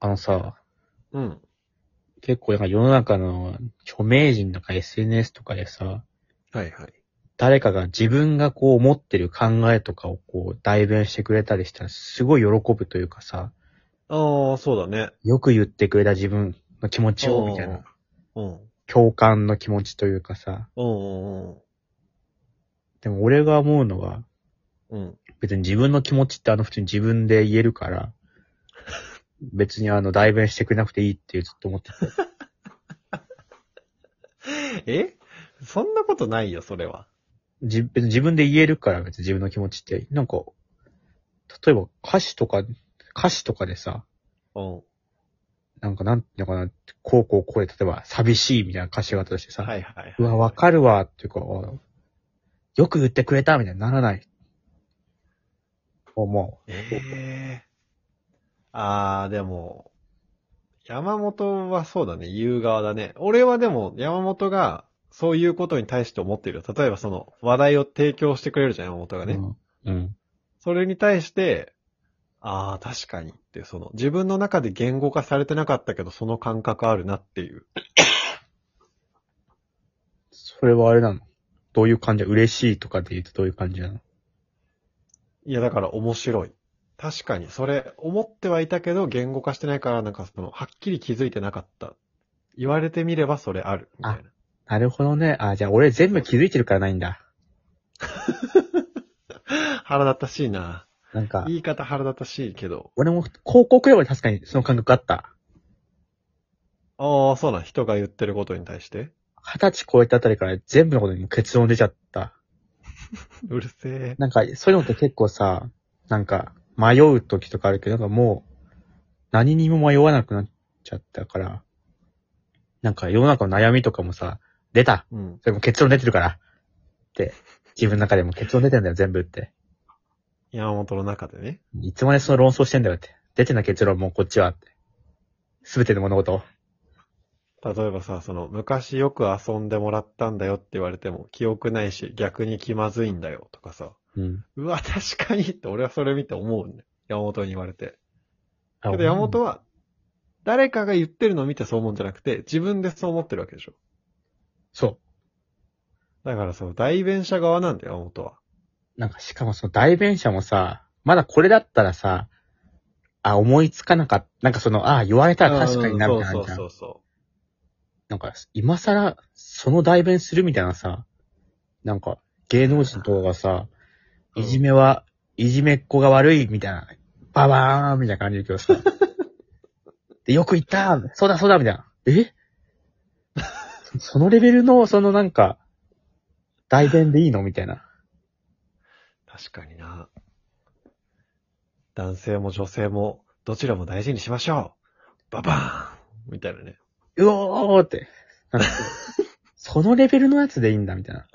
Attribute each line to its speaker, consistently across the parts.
Speaker 1: あのさ、
Speaker 2: うん。
Speaker 1: 結構なんか世の中の著名人とか SNS とかでさ、
Speaker 2: はいはい。
Speaker 1: 誰かが自分がこう持ってる考えとかをこう代弁してくれたりしたらすごい喜ぶというかさ、
Speaker 2: ああ、そうだね。
Speaker 1: よく言ってくれた自分の気持ちをみたいな、
Speaker 2: うん。
Speaker 1: 共感の気持ちというかさ、
Speaker 2: うんうん
Speaker 1: でも俺が思うのは、
Speaker 2: うん。うん。
Speaker 1: 別に自分の気持ちってあの普通に自分で言えるから、別にあの代弁してくれなくていいっていうずっと思ってて。
Speaker 2: えそんなことないよ、それは。
Speaker 1: じ別に自分で言えるから、別に自分の気持ちって。なんか、例えば歌詞とか、歌詞とかでさ、
Speaker 2: うん。
Speaker 1: なんかなんていうのかな、こうこうこうで、例えば寂しいみたいな歌詞があったとしてさ、
Speaker 2: はいはいはい。
Speaker 1: うわ、わかるわっていうか、あよく言ってくれたみたいにならない。思う。
Speaker 2: ええああ、でも、山本はそうだね、言う側だね。俺はでも、山本が、そういうことに対して思ってるよ。例えばその、話題を提供してくれるじゃん、山本がね。
Speaker 1: うん。うん。
Speaker 2: それに対して、ああ、確かにって、その、自分の中で言語化されてなかったけど、その感覚あるなっていう。
Speaker 1: それはあれなのどういう感じ嬉しいとかで言うとどういう感じなの
Speaker 2: いや、だから面白い。確かに、それ、思ってはいたけど、言語化してないから、なんかその、はっきり気づいてなかった。言われてみればそれある、みたいな。
Speaker 1: なるほどね。あ、じゃあ俺全部気づいてるからないんだ。
Speaker 2: 腹立たしいな。
Speaker 1: なんか、
Speaker 2: 言い方腹立たしいけど。
Speaker 1: 俺も高校くらいまで確かにその感覚あった。
Speaker 2: ああ、そうなん、人が言ってることに対して。
Speaker 1: 二十歳超えたあたりから全部のことに結論出ちゃった。
Speaker 2: うるせえ。
Speaker 1: なんか、そういうのって結構さ、なんか、迷う時とかあるけど、なんかもう、何にも迷わなくなっちゃったから、なんか世の中の悩みとかもさ、出た
Speaker 2: うん。
Speaker 1: それも結論出てるからって、自分の中でも結論出てんだよ、全部って。
Speaker 2: 山本の中でね。
Speaker 1: いつまでその論争してんだよって。出てな結論もうこっちはって。すべての物事を。
Speaker 2: 例えばさ、その、昔よく遊んでもらったんだよって言われても、記憶ないし、逆に気まずいんだよ、とかさ。
Speaker 1: うん。
Speaker 2: うわ、確かにって、俺はそれ見て思うんだよ。山本に言われて。
Speaker 1: あ
Speaker 2: けど山本は、誰かが言ってるのを見てそう思うんじゃなくて、自分でそう思ってるわけでしょ。
Speaker 1: そ
Speaker 2: だからその代弁者側なんだよ、山本は。
Speaker 1: う。なんかしかもその代弁者もさ、まだこれだったらさ、あ、思いつかなかった。なんかその、あ、言われたら確かになるみたいなのあるじゃん
Speaker 2: そうそうそうそ
Speaker 1: なんか、今更、その代弁するみたいなさ、なんか、芸能人とかがさ、
Speaker 2: うん
Speaker 1: いじめは、いじめっ子が悪いみたいな、ババーンみたいな感じで言う けどさ、で、よく言ったそうだそうだみたいな。えそそのレベルの、そのなんか、代弁でいいのみたいな。
Speaker 2: う。確かにな。男性も女性も、どちらも大事にしましょう。ババーンみたいなね。
Speaker 1: うおーって。なんかそのレベルのやつでいいんだみたいな。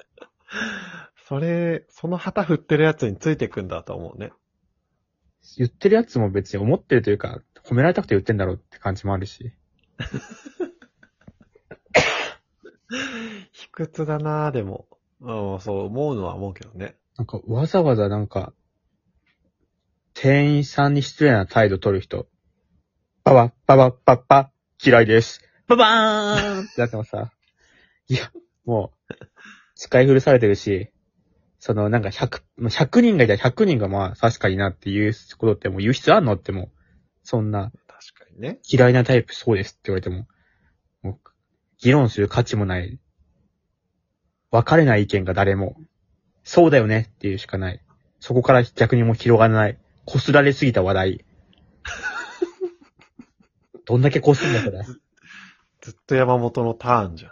Speaker 2: それ、その旗振ってるやつについてくんだと思うね。
Speaker 1: 言ってるやつも別に思ってるというか、褒められたくて言ってんだろうって感じもあるし。
Speaker 2: 卑屈だなでも。うん、そう思うのは思うけどね。
Speaker 1: なんかわざわざなんか、店員さんに失礼な態度取る人。パパ、パパ、パパ、嫌いです。パパーンってなってもさ、いや、もう、使い古されてるし、そのなんか100、もう100人がいたら100人がまあ確かになっていうことってもう言う必要あんのってもう、そんな
Speaker 2: 確かにね。
Speaker 1: 嫌いなタイプそうですって言われても、もう議論する価値もない。分かれない意見が誰も。そうだよねっていうしかない。そこから逆にもう広がらない。こすられすぎた話題。どんだけこすんだそれ。
Speaker 2: ずっと山本のターンじゃん。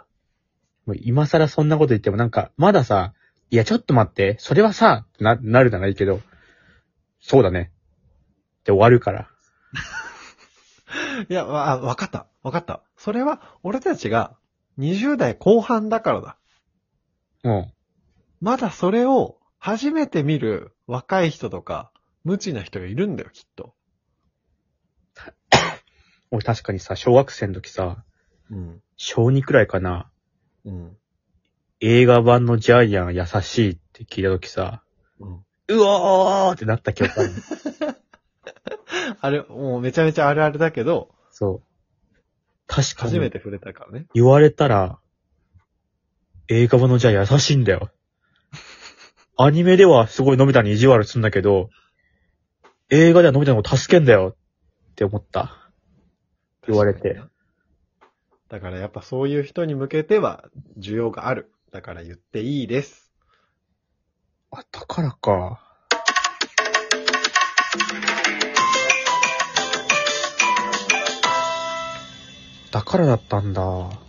Speaker 1: もう今更そんなこと言ってもなんか、まださ、いやちょっと待って、それはさ、な、なるならいいけど、そうだね。って終わるから。
Speaker 2: いや、わ、あわかった。わかった。それは、俺たちが、20代後半だからだ。
Speaker 1: うん。
Speaker 2: まだそれを、初めて見る若い人とか、無知な人がいるんだよ、きっと。
Speaker 1: 俺確かにさ、小学生の時さ、
Speaker 2: うん。
Speaker 1: 小2くらいかな、
Speaker 2: うん。
Speaker 1: 映画版のジャイアン優しいって聞いたときさ、
Speaker 2: うん。
Speaker 1: う おーってなった記憶ある。
Speaker 2: あれ、もうめちゃめちゃあるあるだけど、
Speaker 1: そう。確か
Speaker 2: 初め
Speaker 1: に
Speaker 2: て触れたからね。
Speaker 1: 言われたら、映画ものじゃ優しいんだよ。アニメではすごいのび太に意地悪するんだけど、映画ではのび太のを助けんだよって思った。言われて
Speaker 2: 確かにな。だからやっぱそういう人に向けては需要がある。だから言っていいです。
Speaker 1: あ、だからか。だからだったんだ。